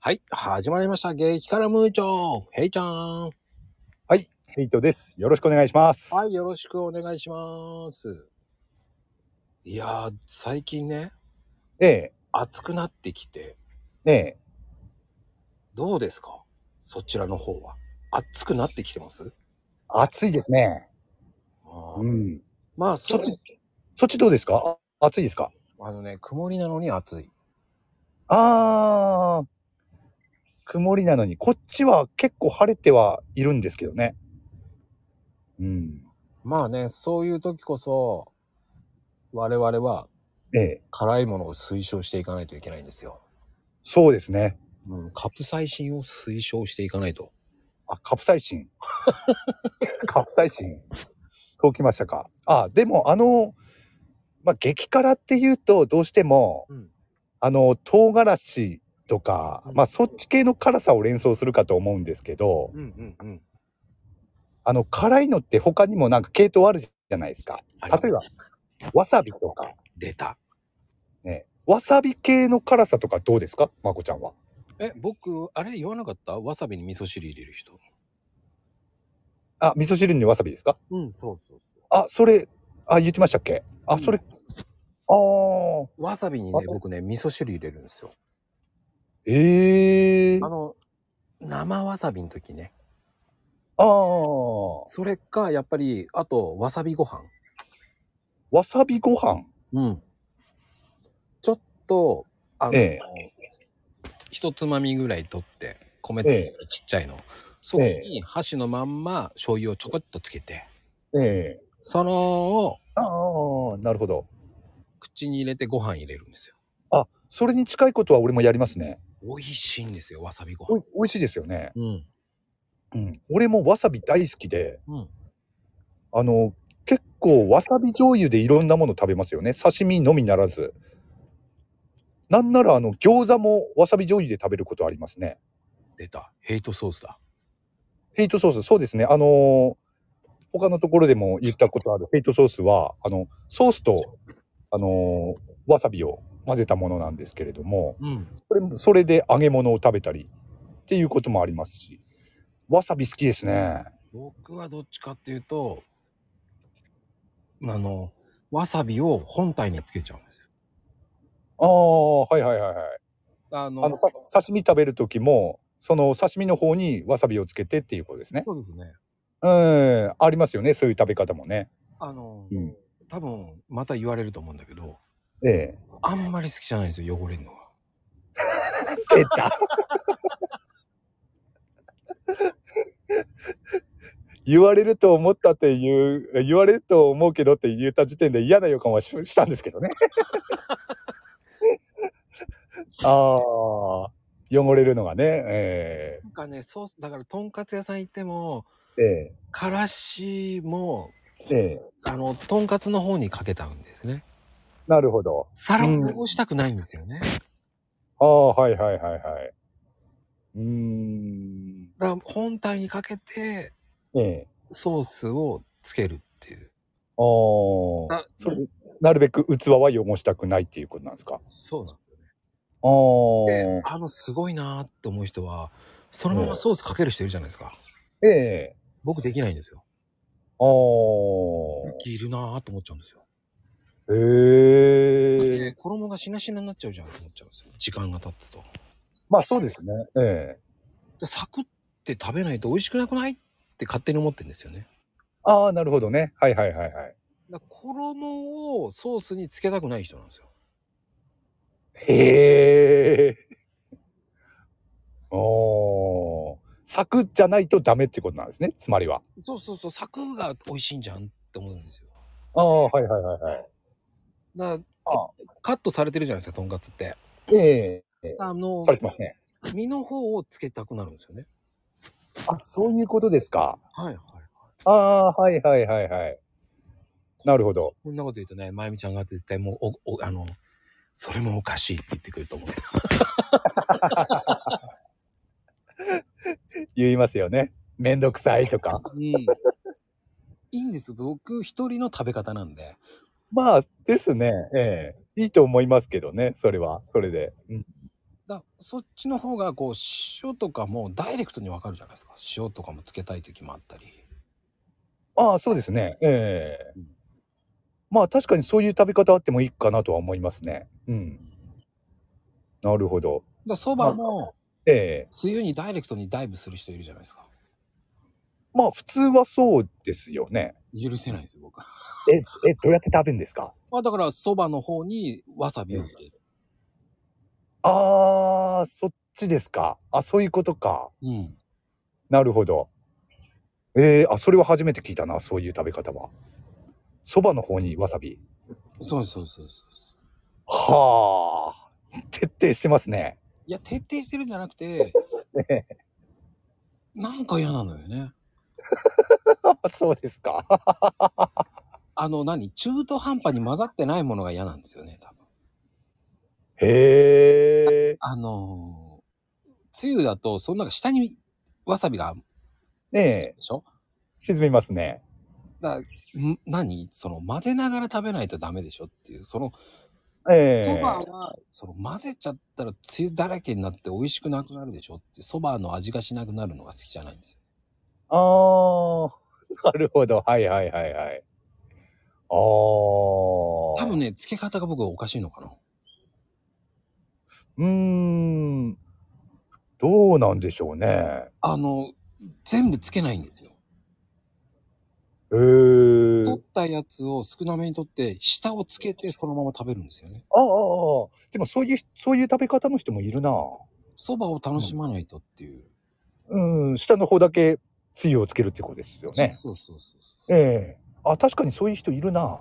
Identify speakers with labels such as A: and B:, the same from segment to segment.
A: はい、始まりました。激辛ムーチョヘイちゃん。
B: ヘイトです。よろしくお願いします。
A: はい、よろしくお願いします。いやー、最近ね、
B: え
A: 暑くなってきて、
B: え、ええ。
A: どうですかそちらの方は。暑くなってきてます
B: 暑いですね。
A: あー
B: うん。
A: まあ、そ
B: そっち、そっちどうですかあ暑いですか
A: あのね、曇りなのに暑い。
B: あー、曇りなのに、こっちは結構晴れてはいるんですけどね。うん。
A: まあね、そういう時こそ、我々は
B: ええ、
A: 辛いものを推奨していかないといけないんですよ。
B: そうですね。
A: うん、カプサイシンを推奨していかないと。
B: あ、カプサイ シン。カプサイシン。そうきましたか。あ、でもあの、まあ、激辛っていうと、どうしても、
A: うん
B: あの唐辛子とか、
A: うん
B: まあ、そっち系の辛さを連想するかと思うんですけど、
A: うんうんうん。
B: あの辛いのって他にもなんか系統あるじゃないですか。例えば、わさびとか、
A: 出た。
B: ね、わさび系の辛さとかどうですかまこちゃんは。
A: え、僕、あれ言わなかったわさびに味噌汁入れる人。
B: あ、味噌汁にわさびですか
A: うん、そうそうそ
B: あ、それ、あ、言ってましたっけあ、それ、あー、
A: う。わさびにね
B: あ、と
A: 僕ね、味噌汁入れるんですよ。
B: ええー、
A: あ
B: あ
A: の、生わさびの時ね。
B: あー、
A: それか、やっぱり、あと、わさびご飯。
B: わさびご飯。
A: うん。ちょっと、あの、
B: え
A: 一つまみぐらい取って、米
B: え
A: ってちっちゃいの。そこに箸のまんま醤油をちょこっとつけて、
B: ええ
A: そのを
B: ああ、なるほど。
A: 口に入れてご飯入れるんですよ。
B: あ、それに近いことは俺もやりますね。
A: 美味しいんですよ、わさびご
B: お
A: 飯
B: い。美味しいですよね。
A: うん。
B: うん、俺もわさび大好きで、
A: うん
B: あの結構わさび醤油でいろんなもの食べますよね刺身のみならずなんならあの餃子もわさび醤油で食べることありますね
A: 出た。ヘイトソースだ。
B: ヘイトソースそうですねあのー他のところでも言ったことあるヘイトソースはあのソースとあのーわさびを混ぜたものなんですけれども
A: うん。
B: それもそれで揚げ物を食べたりっていうこともありますしわさび好きですね
A: 僕はどっちかっていうとあのわさびを本体につけちゃうんですよ
B: ああはいはいはいはい
A: あの
B: あのさ刺身食べる時もその刺身の方にわさびをつけてっていうことですね。
A: そうですね
B: うんありますよねそういう食べ方もね。
A: あの、
B: うん
A: 多分また言われると思うんだけど
B: ええ。
A: あんまり好きじゃないんですよ汚れるのは
B: 出た 言われると思ったっていう言われると思うけどって言った時点で嫌な予感はししたんですけどね。ああ汚れるのがね。え
A: なんかねソースだからとんかつ屋さん行っても
B: ええ
A: からしも
B: えええ
A: あのとんかつの方にかけたんですね
B: なるほど。
A: 皿を汚したくないんですよね、だ
B: ああ、はいはいはいはい。うーん。
A: から本体にかけて
B: ええ。
A: ソースをつけるっていう
B: ああ。
A: あ
B: それで、なるべく器は汚したくないっていうことなんですか。
A: そうなんですよね
B: ああ。
A: であのすごいなーって思う人はそのままソースかける人いるじゃないですか、
B: ええ。
A: 僕できないんですよ
B: あ
A: いるなーって思っちゃうんですよ、
B: あ。へえ。
A: で衣がしなしなになっちゃうじゃんって思っちゃうんですよ時間が経つと
B: まあそうですね。ええ。
A: でサクって食べないと美味しくなくないって勝手に思ってるんですよね
B: ああ、なるほどね。はいはいはいはい。
A: だから衣をソースにつけたくない人なんですよ
B: へえ。ああ。サクッじゃないとダメってことなんですね。つまりは。
A: そうそうそうサクが美味しいんじゃんって思うんですよ
B: ああ、はいはいはいはい。
A: だか
B: ああ。
A: らカットされてるじゃないですかとんかつって
B: ええ。
A: あの
B: されてますね。
A: 身の方をつけたくなるんですよね
B: あ、そういうことですか。
A: はいはい
B: ああ、はいはいはいはい。なるほど。
A: こんなこと言うとね、まゆみちゃんが絶対もう、お、お、あの、それもおかしいって言ってくると思うけど。
B: 言いますよね。めんどくさいと か。
A: うん。いいんです。僕一人の食べ方なんで。
B: まあ、ですね。ええいいと思いますけどね、それは、それで。
A: だそっちの方がこう塩とかもダイレクトにわかるじゃないですか塩とかもつけたい時もあったり
B: ああ、そうですね。ええ
A: うん
B: まあ確かにそういう食べ方あってもいいかなとは思いますね。うん。なるほど。
A: だそばも
B: ええ
A: 梅雨にダイレクトにダイブする人いるじゃないですか
B: まあ普通はそうですよね。
A: 許せないですよ僕は
B: え、え、どうやって食べるんですか
A: あだからそばの方にわさびを入れる
B: ああ、そっちですか。あ、そういうことか。
A: うん
B: なるほど。ええあ、それは初めて聞いたな、そういう食べ方は。そばの方にわさび。
A: そうですそうですそうですそうです
B: はあ。徹底してますね。
A: いや徹底してるんじゃなくてなんか嫌なのよね
B: そうですか。
A: あの何中途半端に混ざってないものが嫌なんですよね多分
B: へえ。
A: あのー梅雨だとその中下にわさびがある
B: ねえ。
A: でしょ
B: 沈みますね。
A: だん何その混ぜながら食べないとダメでしょっていうその
B: ええ
A: そばはその混ぜちゃったらつゆだらけになって美味しくなくなるでしょってそばの味がしなくなるのが好きじゃないんですよ
B: ああ、なるほど。はいはいはいはい。ああ。多
A: 多分ね漬け方が僕はおかしいのかな
B: うーん。どうなんでしょうね。
A: あの全部つけないんですよ
B: ええ
A: 取ったやつを少なめに取って下をつけてそのまま食べるんですよね
B: ああああ、でもそういう、そういう食べ方の人もいるな。
A: そばを楽しまないとっていう、
B: うん、下の方だけつゆをつけるってことですよね。
A: そうそうそうそう
B: ええあ、確かにそういう人いるな。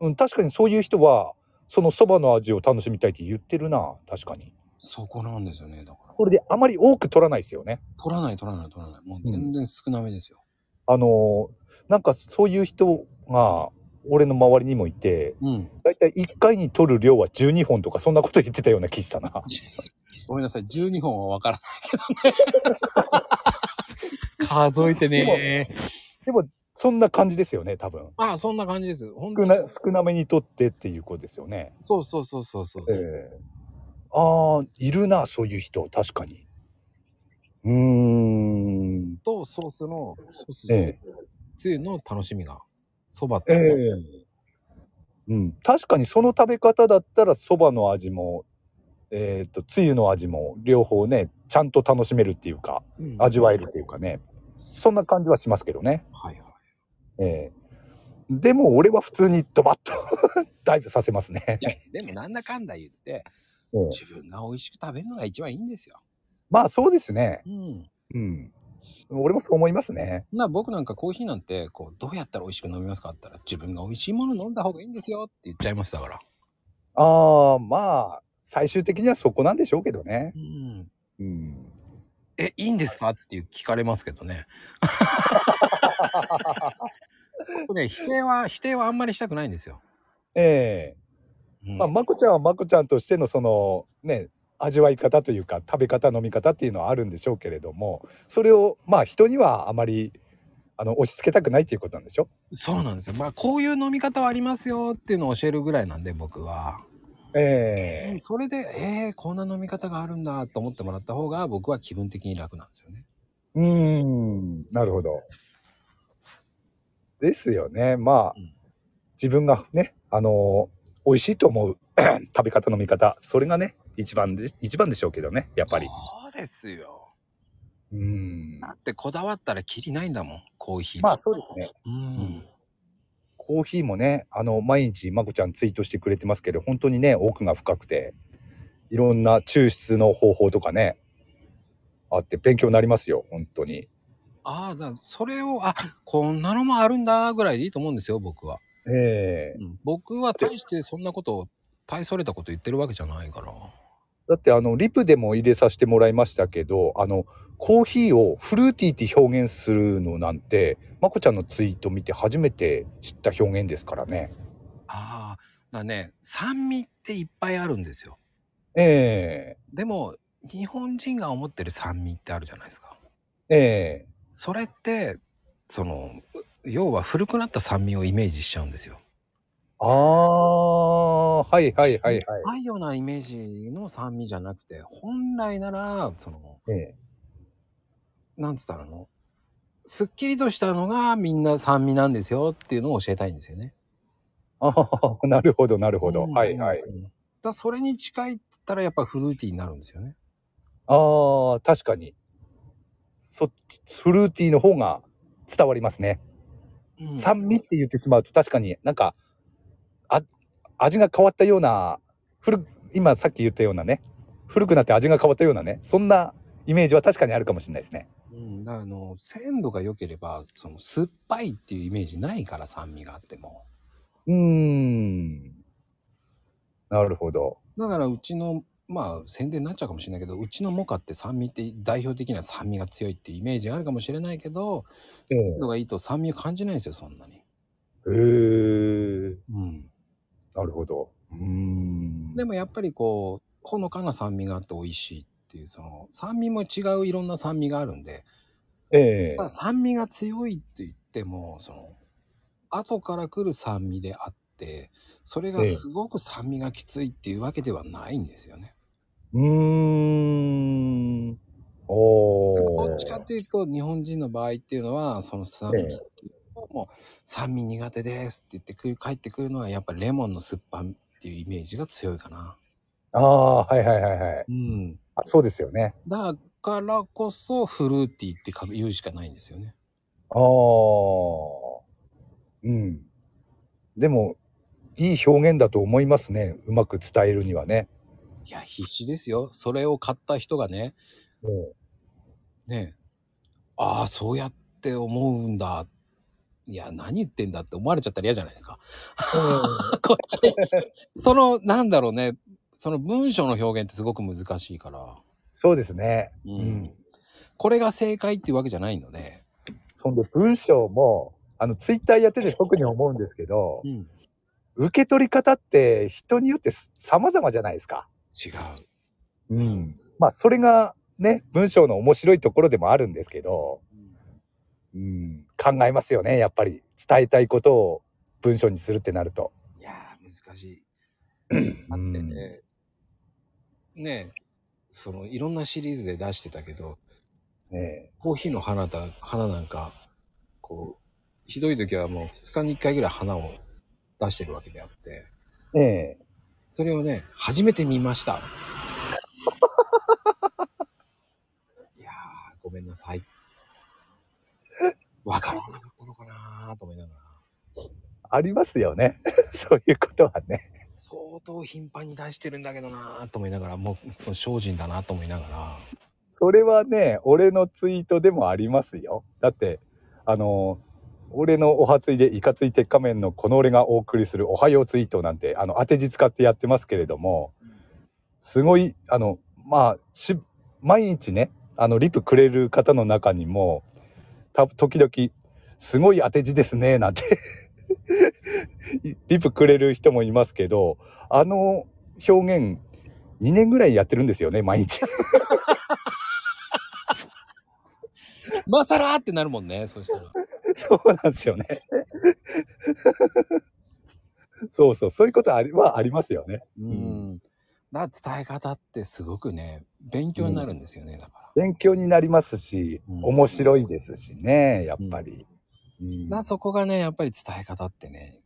B: うん、確かにそういう人は、そのそばの味を楽しみたいって言ってるな。確かに。
A: そこなんですよねだから
B: これであまり多く取らないですよね。
A: 取らない取らない取らないもう全然少なめですよ
B: あのーなんかそういう人が俺の周りにもいて
A: うん
B: だいたい1回に取る量は12本とかそんなこと言ってたような気したな
A: ごめんなさい12本は分から
C: 数えてね
B: でもそんな感じですよね多
A: な
B: 分
A: いああそんな感じですほん
B: 少な少なめに取ってっていうことですよね
A: そうそうそうそうそう、
B: ええああいるなそういう人確かにうーん
A: とソースのソース
B: え
A: で
B: え
A: つゆの楽しみがそばって
B: ええうん、確かにその食べ方だったらそばの味もえっ、とつゆの味も両方ねちゃんと楽しめるっていうか
A: うん
B: 味わえるというかねそんな感じはしますけどね、
A: はいはい
B: ええでも俺は普通にドバッと ダイブさせますね、え
A: でもなんだかんだ言って
B: え
A: 自分が美味しく食べるのが一番いいんですよ
B: まあそうですね
A: うん
B: うん俺もそう思いますね
A: な僕なんかコーヒーなんてこうどうやったら美味しく飲みますかって言ったら自分が美味しいもの飲んだ方がいいんですよって言っちゃいますだから
B: ああまあ最終的にはそこなんでしょうけどね
A: うん
B: うん
A: えいいんですかっていう聞かれますけどね僕ね否定は否定はあんまりしたくないんですよ、
B: ええ
A: うん
B: まあまこちゃんはまこちゃんとしてのそのね味わい方というか食べ方飲み方っていうのはあるんでしょうけれどもそれをまあ人にはあまりあの押し付けたくないっていうことなんでしょ
A: そうなんですよまあこういう飲み方はありますよっていうのを教えるぐらいなんで僕は
B: ええ
A: それでえー、こんな飲み方があるんだと思ってもらった方が僕は気分的に楽なんですよね
B: うーん、なるほど。ですよね。まあ、
A: うん
B: 自分がね、あのー美味しいと思う 食べ方、飲み方、それがね、一番で、一番でしょうけどね、やっぱり。
A: そうですよ
B: うーん。
A: だってこだわったらキリないんだもんコーヒー
B: まあそうですね。
A: うん
B: コーヒーもね、あの、毎日、まこちゃんツイートしてくれてますけど、本当にね、奥が深くて、いろんな抽出の方法とかね、あって勉強になりますよ、本当に。
A: ああだからそれをあこんなのもあるんだぐらいでいいと思うんですよ僕は、
B: ええ
A: うん僕は大してそんなことを大それたこと言ってるわけじゃないから
B: だってあのリプでも入れさせてもらいましたけどあのコーヒーをフルーティーって表現するのなんてまこちゃんのツイート見て初めて知った表現ですからね
A: ああだからね酸味っていっぱいあるんですよ
B: え
A: でも日本人が思ってる酸味ってあるじゃないですか
B: ええ
A: それってその要は古くなった酸味をイメージしちゃうんですよ
B: ああ、はいはいはいはい。
A: 酸っぱいようなイメージの酸味じゃなくて、本来なら、その、
B: ええ
A: なんつったらの、すっきりとしたのがみんな酸味なんですよっていうのを教えたいんですよね。
B: ああ、 なるほどなるほど。
A: うん
B: はいはい。
A: うんだからそれに近いって言ったらやっぱフルーティーになるんですよね。
B: ああ、確かに。そ、フルーティーの方が伝わりますね。
A: うん
B: 酸味って言ってしまうと確かになんか、あ、味が変わったような、古く、今さっき言ったようなね、古くなって味が変わったようなね、そんなイメージは確かにあるかもしれないですね。
A: うん、だからあの鮮度が良ければその酸っぱいっていうイメージないから酸味があっても
B: うーん。なるほど。
A: だからうちのまあ宣伝になっちゃうかもしれないけどうちのモカって酸味って代表的な酸味が強いってイメージがあるかもしれないけど
B: ええ
A: 鮮度がいいと酸味を感じないんですよそんなに、
B: へえ。
A: うん、
B: なるほど。うーん。
A: でもやっぱりこうほのかな酸味があって美味しいっていうその酸味も違ういろんな酸味があるんで、
B: ええ
A: まあ、酸味が強いって言ってもその後から来る酸味であってそれが
B: ええ
A: すごく酸味がきついっていうわけではないんですよね。
B: うーん。お
A: なんか
B: お。
A: どっちかっていうと日本人の場合っていうのはその酸味っていうのはもう酸味苦手ですって言ってくる帰ってくるのはやっぱレモンの酸っぱっていうイメージが強いかな。
B: ああ、はいはいはいはい。
A: うん、
B: あそうですよね。
A: だからこそフルーティーってか言うしかないんですよね。
B: ああ。うん。でも、いい表現だと思いますね。うまく伝えるにはね。
A: いや必死ですよ。それを買った人がね
B: うん
A: ねえああそうやって思うんだいや何言ってんだって思われちゃったら嫌じゃないですか こっちはそのなんだろうねその文章の表現ってすごく難しいから、
B: そうですね。
A: うん
B: ん
A: これが正解っていうわけじゃないので、
B: そんで文章も、あの、ツイッターやってて特に思うんですけど、
A: 違う
B: 受け取り方って人によってす様々じゃないですか。うん。まあ、それがね、文章の面白いところでもあるんですけど、うん、考えますよね、やっぱり。伝えたいことを文章にするってなると。
A: いやー難しい
B: う
A: あって
B: ん
A: ね、ねえそのいろんなシリーズで出してたけど
B: ね
A: コーヒーの花だ花なんかこうひどい時はもう2日に1回ぐらい花を出してるわけであって
B: え。ねえ。
A: それをね初めて見ました いやーごめんなさいわからなかったのかなーと思いながら
B: ありますよね。 そういうことはね。
A: 相当頻繁に出してるんだけどなーと思いながらもうもう精進だなと思いながら
B: それはね、俺のツイートでもありますよ。だって、あの、俺のお初いでいかつい鉄仮面のこの俺がお送りするおはようツイートなんて、あの、当て字使ってやってますけれども、すごい、あの、まあ、し、毎日ね、あの、リプくれる方の中にも、た、時々、すごい当て字ですね、なんて い、リプくれる人もいますけど、あの表現、2年ぐらいやってるんですよね、毎日。
A: 今更ーってなるもんねそしたら
B: そうなんですよね。そうそう、そういうことありはありますよね。
A: うんだから伝え方ってすごくね勉強になるんですよね、だから。
B: 勉強になりますし、
A: うん
B: 面白いですしね、やっぱり。うん
A: なそこがねやっぱり伝え方ってね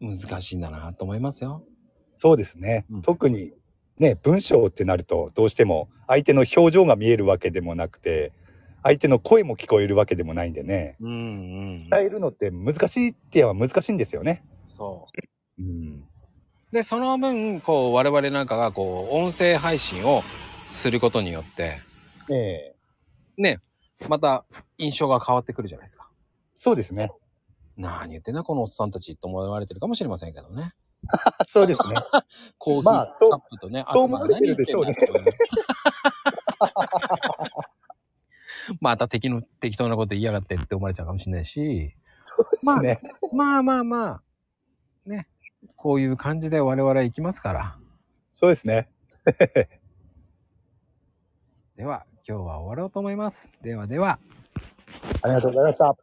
A: 難しいんだなと思いますよ。
B: そうですね。
A: うん
B: 特にね、文章ってなると、どうしても相手の表情が見えるわけでもなくて、相手の声も聞こえるわけでもないんでね、
A: うんうん、
B: 伝えるのって難しいって言えば難しいんですよね。
A: そ
B: うん。
A: うでその分こう我々なんかがこう音声配信をすることによって
B: ええ
A: ねまた印象が変わってくるじゃないですか。
B: そうですね。
A: 何言ってんだこのおっさんたちと思われてるかもしれませんけどね。
B: あ そうですね。
A: コーヒ
B: まあ
A: ー
B: そう
A: カップとね、
B: そう
A: 頭
B: 思われてるでしょうね
A: 何言ってんだってまた敵の適当なこと言いやがってって思われちゃうかもしれないし。まあ
B: ね。
A: まあまあまあ、ね、こういう感じで我々行きますから。
B: そうですね。
A: では、今日は終わろうと思います。ではでは。
B: ありがとうございました。